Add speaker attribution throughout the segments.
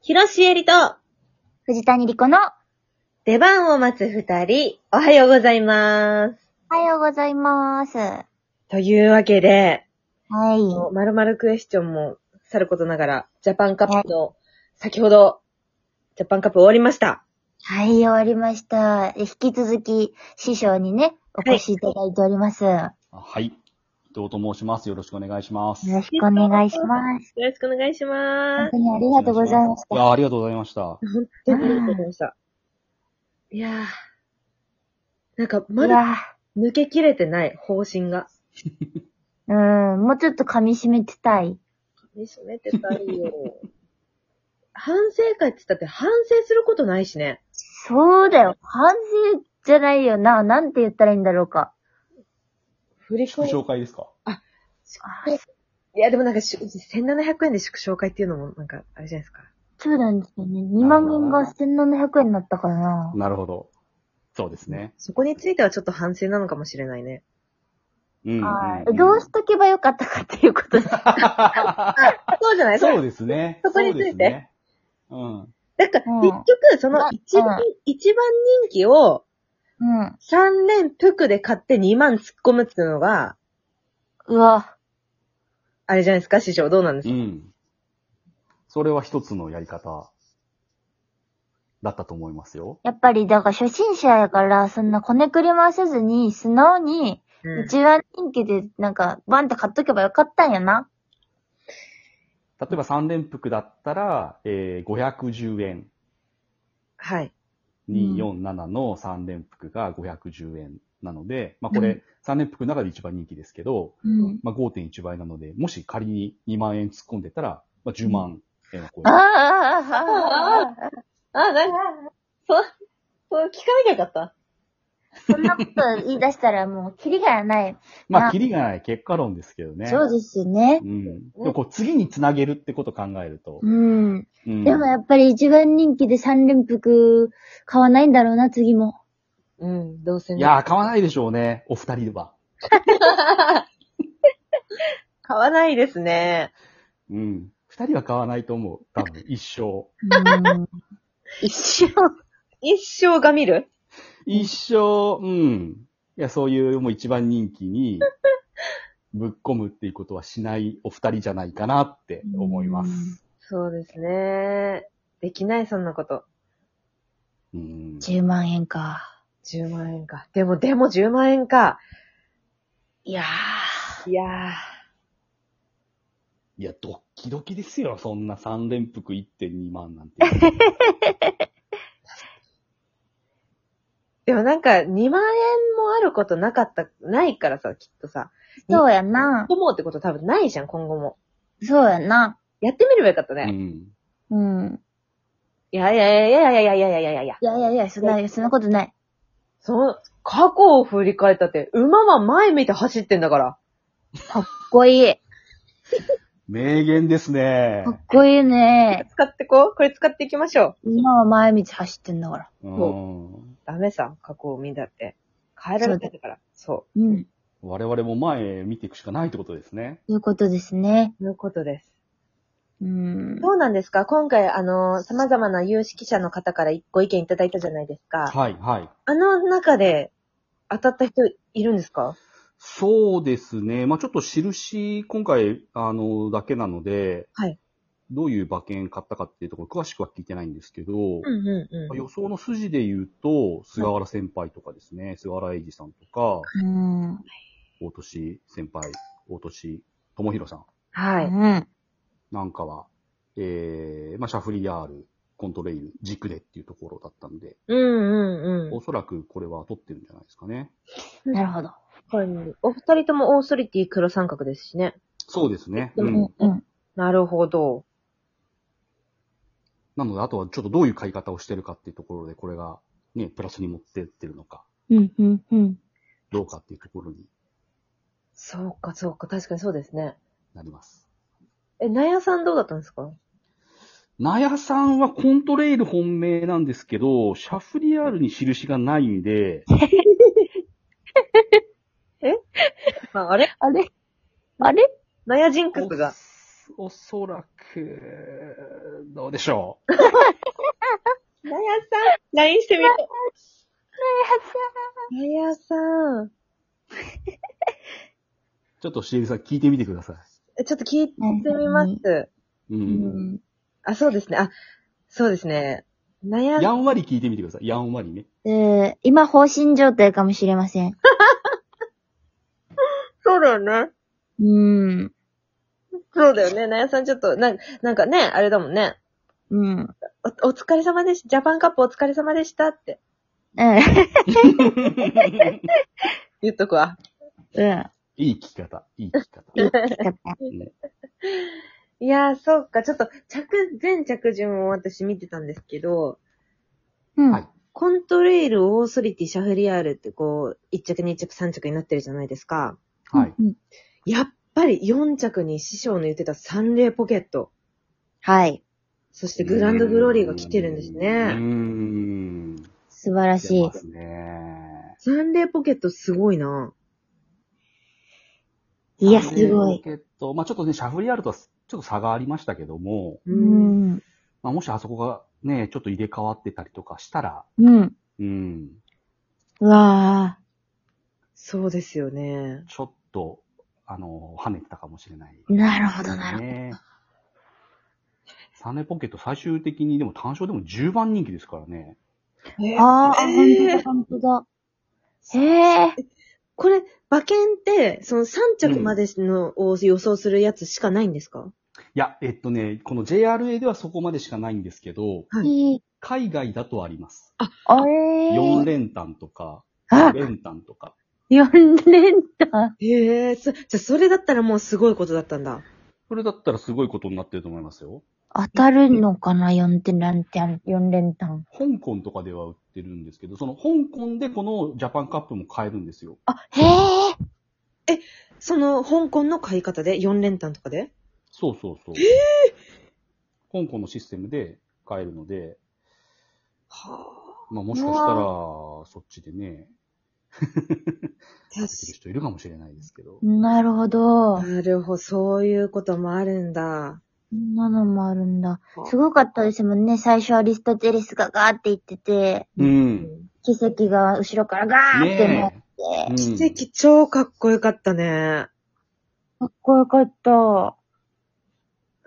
Speaker 1: 広しえりと、
Speaker 2: 藤谷莉子の、
Speaker 1: 出番を待つ二人、おはようございます。
Speaker 2: おはようございます。は
Speaker 1: というわけで、
Speaker 2: い。
Speaker 1: まるまるクエスチョンもさることながら、ジャパンカップの、先ほど、ジャパンカップ終わりました。
Speaker 2: はい、終わりました。で引き続き、師匠にね、お越しいただいております。
Speaker 3: はい。伊藤と申します。よろしくお願いします。
Speaker 2: よろしくお願いします。
Speaker 1: よろしくお願いしま
Speaker 2: 本
Speaker 1: す。
Speaker 2: 当にありがとうございまし
Speaker 3: い
Speaker 2: た。
Speaker 3: や、ありがとうございました。
Speaker 1: 本当にありがとうございました。いやー。なんか、ま
Speaker 2: う
Speaker 1: だ
Speaker 2: わ
Speaker 1: 抜けきれてない、方針が。
Speaker 2: うん、もうちょっと噛み締めてたい。
Speaker 1: 噛み締めてたいよ。 反省会って言ったって反省することないしね。
Speaker 2: そうだよ。反省じゃないよな。なんて言ったらいいんだろうか。
Speaker 1: 振り
Speaker 3: ご紹介ですか
Speaker 1: いや、でもなんかしゅ、1700円で縮小会っていうのも、なんか、あれじゃないですか。
Speaker 2: そうなんですよね。2万円が1700円になったからな。
Speaker 3: なるほど。そうですね。
Speaker 1: そこについてはちょっと反省なのかもしれないね。
Speaker 3: うん、
Speaker 2: はい。どうしとけばよかったかっていうことです。
Speaker 1: そうじゃない
Speaker 3: そうですね。
Speaker 1: そこについて
Speaker 3: そうですね。うん。
Speaker 1: だから、
Speaker 2: うん
Speaker 1: 結局、その
Speaker 2: うん
Speaker 1: 一番、一番人気を
Speaker 2: うん。
Speaker 1: 3連服で買って2万突っ込むっていうのが、
Speaker 2: うわ。
Speaker 1: あれじゃないですか、師匠。どうなんです
Speaker 3: う
Speaker 1: か、
Speaker 3: ん。それは一つのやり方だったと思いますよ。
Speaker 2: やっぱり、だから初心者やから、そんなこねくり回さずに、素直に、
Speaker 1: うん
Speaker 2: 一番人気で、なんか、バンって買っとけばよかったんやな。
Speaker 3: 例えば3連服だったら、えー、510円。
Speaker 1: はい。
Speaker 3: 247の3連服が510円なので、まあこ
Speaker 2: う
Speaker 3: れ3連服の中で一番人気ですけど、
Speaker 2: うん。
Speaker 3: まあ、5.1倍なので、もし仮に2万円突っ込んでたら、まあ、10万円は超
Speaker 2: あ
Speaker 3: え
Speaker 2: あ
Speaker 3: る。、
Speaker 2: ああ、ああ、
Speaker 1: あ、なんか、そう、そう、聞かなきゃよかった。
Speaker 2: そんなこと言い出したらもう、キリがない。
Speaker 3: まあ、キリがない結果論ですけどね。
Speaker 2: そうですよね。
Speaker 3: うん。でもこう次につなげるってことを考えると。
Speaker 2: うん。
Speaker 3: うん
Speaker 2: でもやっぱり一番人気で三連服買わないんだろうな、次も。
Speaker 1: うん、どうせね
Speaker 3: いやー、買わないでしょうね、お二人は。
Speaker 1: 買わないですね。
Speaker 3: うん。二人は買わないと思う。多分、一生。
Speaker 2: うん。一生。
Speaker 1: 一生が見る
Speaker 3: 一生、うん。いや、そういうもう一番人気に、ぶっ込むっていうことはしないお二人じゃないかなって思います。
Speaker 1: そうですね。できない、そんなこと。
Speaker 3: うん。
Speaker 2: 10万円か。
Speaker 1: 10万円か。でも、でも10万円か。
Speaker 2: いや
Speaker 1: いやー。
Speaker 3: いや、ドッキドキですよ。そんな3連服1.2万なんて。
Speaker 1: でもなんか、2万円もあることなかった、ないからさ、きっとさ。
Speaker 2: ー。そうやな。
Speaker 1: 思うってこと多分ないじゃん、今後も。
Speaker 2: そうやな。
Speaker 1: やってみればよかったね。
Speaker 3: う
Speaker 1: い
Speaker 3: ん。
Speaker 2: うん。
Speaker 1: やいやいやいやいやいやいやいやいやいや。
Speaker 2: いやいやいや、そんな、そんなことない。
Speaker 1: その、過去を振り返ったって、馬は前見て走ってんだから。
Speaker 2: かっこいい。
Speaker 3: 名言ですね
Speaker 2: か。っこいいね。
Speaker 1: 使ってこうこれ使っていきましょう。
Speaker 2: 今は前道走ってんだから。
Speaker 3: うん。
Speaker 1: ダメさ、過去を見たって。変えられてるから。そう。
Speaker 2: うん。
Speaker 3: 我々も前見ていくしかないってことですね。
Speaker 2: ということですね。
Speaker 1: ということです。
Speaker 2: うん。
Speaker 1: どうなんですか今回、あの、様々な有識者の方からご意見いただいたじゃないですか。
Speaker 3: はい、はい。
Speaker 1: あの中で当たった人いるんですか
Speaker 3: そうですね。まあちょっと印、今回、あの、だけなので、
Speaker 1: はい
Speaker 3: どういう馬券買ったかっていうところ、詳しくは聞いてないんですけど、
Speaker 1: んうんう
Speaker 3: まあ予想の筋で言うと、菅原先輩とかですね、菅原英二さんとか、
Speaker 2: うん。
Speaker 3: 大年先輩、大年智弘さん。
Speaker 1: は
Speaker 2: う
Speaker 1: い。
Speaker 2: ん。
Speaker 3: なんかは、えー、まあ、シャフリヤール、コントレイル、ジクレっていうところだったんで、
Speaker 1: うんうんうん
Speaker 3: お。そらくこれは取ってるんじゃないですかね。
Speaker 2: なるほど。
Speaker 1: 確かにお二人ともオーソリティ黒三角ですしね。
Speaker 3: そうですね。
Speaker 1: う
Speaker 3: うんん。
Speaker 2: うん。
Speaker 1: なるほど。
Speaker 3: なので、あとはちょっとどういう買い方をしてるかっていうところで、これがね、プラスに持ってってるのか、
Speaker 2: うん。うん。うん。
Speaker 3: どうかっていうところに
Speaker 1: そうか、そうか、確かにそうですね。
Speaker 3: なります。
Speaker 1: え、ナヤさんどうだったんですか
Speaker 3: ナヤさんはコントレイル本命なんですけど、シャフリヤールに印がないんで、
Speaker 1: ああれ
Speaker 2: あれあれ
Speaker 1: ナヤジンクスが。
Speaker 3: おそらく、どうでしょう。
Speaker 1: なやさん、LINE してみよう。なやさん。
Speaker 3: ちょっとしえりさん聞いてみてくださ
Speaker 1: えちょっと聞いてみます。
Speaker 3: い。
Speaker 2: う
Speaker 3: う。
Speaker 2: んん。
Speaker 1: あ、そうですね。あ、そうですね。なや
Speaker 3: やんわり聞いてみてください。やんわりね。
Speaker 2: えー今、放心状態かもしれません。
Speaker 1: そうだよね。
Speaker 2: うん。
Speaker 1: そうだよね。なやさんちょっと、なんなんかね、あれだもんね。
Speaker 2: うん。
Speaker 1: お、お疲れ様でした。ジャパンカップお疲れ様でしたって
Speaker 2: うん。
Speaker 1: 言っとくわ。
Speaker 2: うん。
Speaker 3: いい聞き方。いい聞き方。
Speaker 2: いい聞き方。
Speaker 3: ね
Speaker 1: いやー、そうか。ちょっと、着、全着順を私見てたんですけど、
Speaker 2: うん。
Speaker 3: はい
Speaker 1: コントレイル、オーソリティ、シャフリヤールってこう、1着、2着、3着になってるじゃないですか。
Speaker 3: はい。
Speaker 2: うん。
Speaker 1: やっぱり4着に師匠の言ってたサンレーポケット。
Speaker 2: はい。
Speaker 1: そしてグランドグローリーが来てるんです
Speaker 3: うー
Speaker 1: ね。
Speaker 3: ん。
Speaker 2: 素晴ら
Speaker 3: 来
Speaker 2: してい
Speaker 3: ま。すね。
Speaker 1: サンレーポケットすごいな。
Speaker 2: いや、すごい。
Speaker 3: えっと、まあちょっとね、シャフリヤールとはちょっと差がありましたけども、
Speaker 1: う。
Speaker 2: うんん。
Speaker 3: まあもしあそこがね、ちょっと入れ替わってたりとかしたら、
Speaker 2: うん。
Speaker 3: うん、
Speaker 2: うわ
Speaker 1: そうですよね。
Speaker 3: ちょっと、あの、跳ねてたかもしれない、
Speaker 2: ー。なるほど、なるほど。
Speaker 3: ね。サンレポケット最終的にでも単勝でも10番人気ですからね。
Speaker 1: え
Speaker 2: ああ、ほんと
Speaker 1: え
Speaker 2: だ、
Speaker 1: ー
Speaker 2: ほんとだ。へえ。
Speaker 1: これ、馬券って、その3着までのを予想するやつしかないんですか、
Speaker 3: いや、えっとね、この JRA ではそこまでしかないんですけど、
Speaker 1: はい
Speaker 2: いい。
Speaker 3: 海外だとあります。
Speaker 2: あれ
Speaker 3: 4
Speaker 2: ー。
Speaker 3: 連単とか、
Speaker 2: あ
Speaker 3: 5連単とか。
Speaker 2: 4連単。
Speaker 1: へえー、そじゃあそれだったらもうすごいことだったんだ。
Speaker 3: それだったらすごいことになってると思いますよ。
Speaker 2: 当たるのかな ?4 点なんてん、4連単。
Speaker 3: 香港とかでは売ってるんですけど、その香港でこのジャパンカップも買えるんですよ。
Speaker 2: あ、へえ。
Speaker 1: その、香港の買い方で、4連単とかで
Speaker 3: そうそうそう。香港のシステムで買えるので、
Speaker 1: は
Speaker 3: まあもしかしたら、そっちでね、
Speaker 1: あ。
Speaker 3: 買ってる人いるかもしれないですけど。
Speaker 2: なるほど。
Speaker 1: なるほど、そういうこともあるんだ。
Speaker 2: そんなのもあるんだ。すごかったですもんね。最初アリストテレスがガーって言ってて、
Speaker 3: うん。
Speaker 2: 奇跡が後ろからガーってなっ
Speaker 3: ね
Speaker 2: て。
Speaker 3: え。
Speaker 1: 奇跡超かっこよかったね。
Speaker 2: かっこよかった。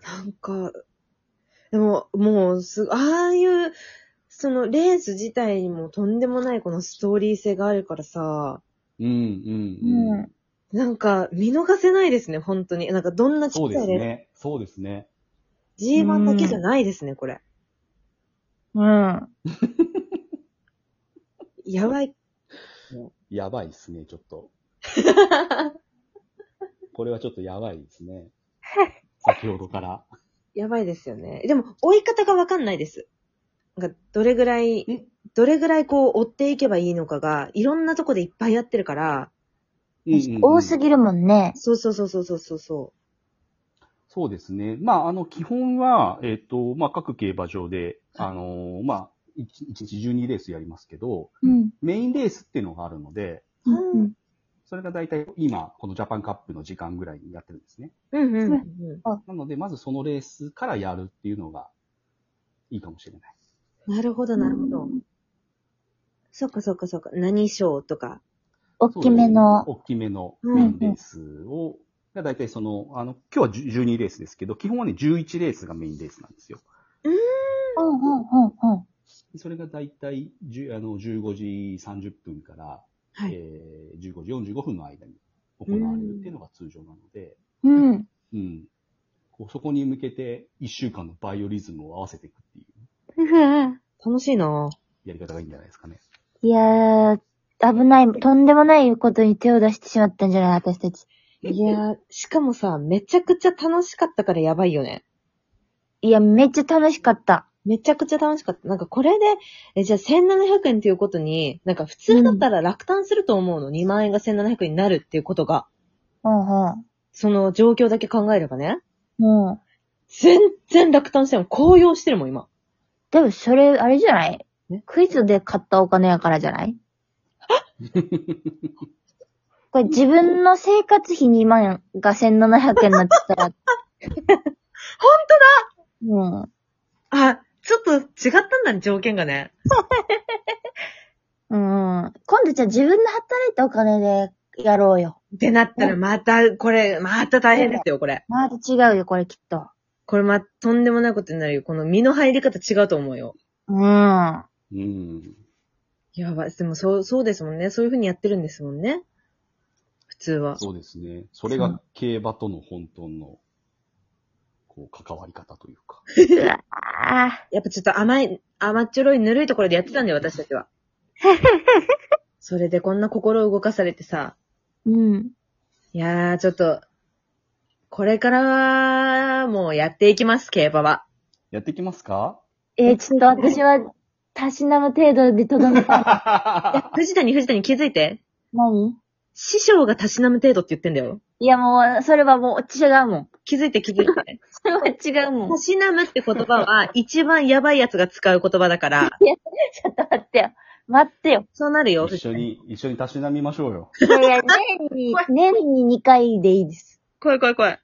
Speaker 1: なんか、でも、もう、す、ああいう、その、レース自体にもとんでもないこのストーリー性があるからさ、
Speaker 3: うん、うん、うん。
Speaker 2: うん
Speaker 1: なんか、見逃せないですね、本当に。なんか、どんなち
Speaker 3: そ
Speaker 1: っ
Speaker 3: う
Speaker 1: ち
Speaker 3: で
Speaker 1: ゃ
Speaker 3: す
Speaker 1: いレース、
Speaker 3: ね。そうですね。
Speaker 1: G1 だけじゃないですね、これ。
Speaker 2: うん。
Speaker 1: やばい。
Speaker 3: やばいですね、ちょっ と。これはちょっとやばいです ね。先ほどから。
Speaker 1: やばいですよね。でも、追い方がわかんないです。なんか、どれぐらい
Speaker 3: ん、
Speaker 1: どれぐらいこう、追っていけばいいのかが、いろんなとこでいっぱいやってるから、
Speaker 2: 多す
Speaker 3: ぎ
Speaker 2: ぎるもんね。
Speaker 1: そうそうそうそうそうそうそ
Speaker 3: そうですね。まあ、あの、基本は、えっ、と、まあ、各競馬場で、あのーまあ、1日12レースやりますけど、
Speaker 2: うん。
Speaker 3: メインレースっていうのがあるので、
Speaker 1: う。
Speaker 2: うん。
Speaker 3: それが大体今、このジャパンカップの時間ぐらいにやってるんですね。
Speaker 1: うんうんうんうん。
Speaker 3: なので、まずそのレースからやるっていうのが、いいかもしれない。
Speaker 1: なるほど、なるほど。そっかそっかそっか。何賞とか。
Speaker 2: 大きめの。
Speaker 3: 大きめのメインレースを、が大体その、あの、今日は10 12レースですけど、基本はね、11レースがメインレースなんですよ。
Speaker 2: うんうんうんうん。
Speaker 3: それが大体、10あの、15時30分から、
Speaker 1: はい
Speaker 3: えー15時45分の間に行われるっていうのが通常なので、
Speaker 2: うん。
Speaker 3: うん。こうそこに向けて、1週間のバイオリズムを合わせていくっていう
Speaker 1: 楽しいなぁ。
Speaker 3: やり方がいいんじゃないですかね。
Speaker 2: いやー、危ない、とんでもないことに手を出してしまったんじゃない私たち。
Speaker 1: いやー、しかもさ、めちゃくちゃ楽しかったからやばいよね。
Speaker 2: いや、めっちゃ楽しかった。
Speaker 1: めちゃくちゃ楽しかった。なんかこれで、え、じゃあ1700円っていうことに、なんか普通だったら落胆すると思うの。2万円が1700円になるっていうことが。
Speaker 2: うんうん。
Speaker 1: その状況だけ考えればね。
Speaker 2: もう。
Speaker 1: 全然落胆してるもん。高揚してるもん、今。
Speaker 2: でも、それ、あれじゃない
Speaker 1: ね
Speaker 2: クイズで買ったお金やからじゃ ないこれ自分の生活費2万が1700円になってたら、うん。
Speaker 1: あ、ちょっと違ったんだね、条件がね。
Speaker 2: うん。今度じゃあ自分の働いたお金でやろうよ。
Speaker 1: ってなったらまた、これ、また大変ですよ、これ。
Speaker 2: また違うよ、これきっと。
Speaker 1: これま、とんでもないことになるよ。この身の入り方違うと思うよ。
Speaker 2: うん。
Speaker 3: うん。
Speaker 1: やばい。でも、そう、そうですもんね。そういう風にやってるんですもんね。普通は。
Speaker 3: そうですね。それが競馬との本当の、こう、関わり方というか。
Speaker 2: うわあ
Speaker 1: やっぱちょっと甘い、甘っちょろいぬるいところでやってたんだよ、私たちは。 それでこんな心を動かされてさ。
Speaker 2: うん。
Speaker 1: いやー、ちょっと、これからは、もうやっていきます、競馬は。
Speaker 3: やってきますか
Speaker 2: えーちょっと私は、たしなむ程度でとどめたい。
Speaker 1: 藤田に藤田に気づいて。
Speaker 2: 何
Speaker 1: 師匠がたしなむ程度って言ってんだよ。
Speaker 2: いやもう、それはもう違うもん。
Speaker 1: 気づいて気づいて。
Speaker 2: それは違うも ん。
Speaker 1: たしなむって言葉は、一番やばいやつが使う言葉だから、
Speaker 2: ちょっと待ってよ。待ってよ。
Speaker 1: そうなるよ、
Speaker 3: 一緒
Speaker 1: に。
Speaker 3: に、一緒にたしなみましょうよ。
Speaker 2: いやいや、年 に、年に2回でいいです。
Speaker 1: 怖い怖い怖い。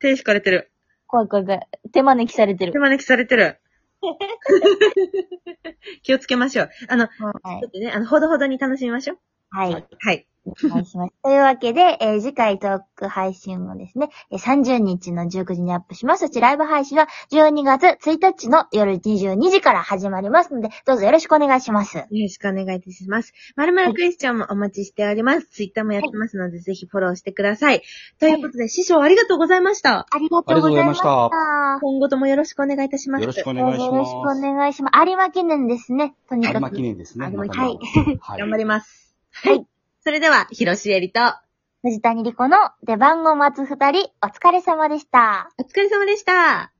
Speaker 1: 手引かれてる。
Speaker 2: 怖い怖い怖い。手招きされて
Speaker 1: 手
Speaker 2: る。
Speaker 1: 招きされて る。気をつけましょう。あの、ち
Speaker 2: はい
Speaker 1: ょ。っとね、あの、ほどほどに楽しみましょう。
Speaker 2: はい。
Speaker 1: はい。
Speaker 2: お願いします。 というわけで、えー次回トーク配信のですね、えー30日の19時にアップします。そしてライブ配信は12月1日の夜22時から始まりますので、どうぞよろしくお願いします。
Speaker 1: よろしくお願いいたします。まるまるクエスチョンもお待ちしております。ツイッターもやってますので、ぜひフォローしてください。ということで、師匠ありがとうございました。
Speaker 2: ありがとうございました。
Speaker 3: あ
Speaker 2: よ
Speaker 1: 今後ともよろしくお願いいたします。
Speaker 3: よろしくお願いし
Speaker 2: ろ
Speaker 3: ま
Speaker 2: し
Speaker 3: す
Speaker 2: くお。願いします。有馬記念ですね。とに
Speaker 3: 有
Speaker 2: か
Speaker 3: 馬
Speaker 2: く。
Speaker 3: 記念ですね。
Speaker 1: 有馬記
Speaker 2: 念
Speaker 3: また はい
Speaker 1: 頑張ります。
Speaker 2: はい。
Speaker 1: それでは、広しえりと、
Speaker 2: 藤谷莉子の出番を待つ二人、お疲れ様でした。
Speaker 1: お疲れ様でした。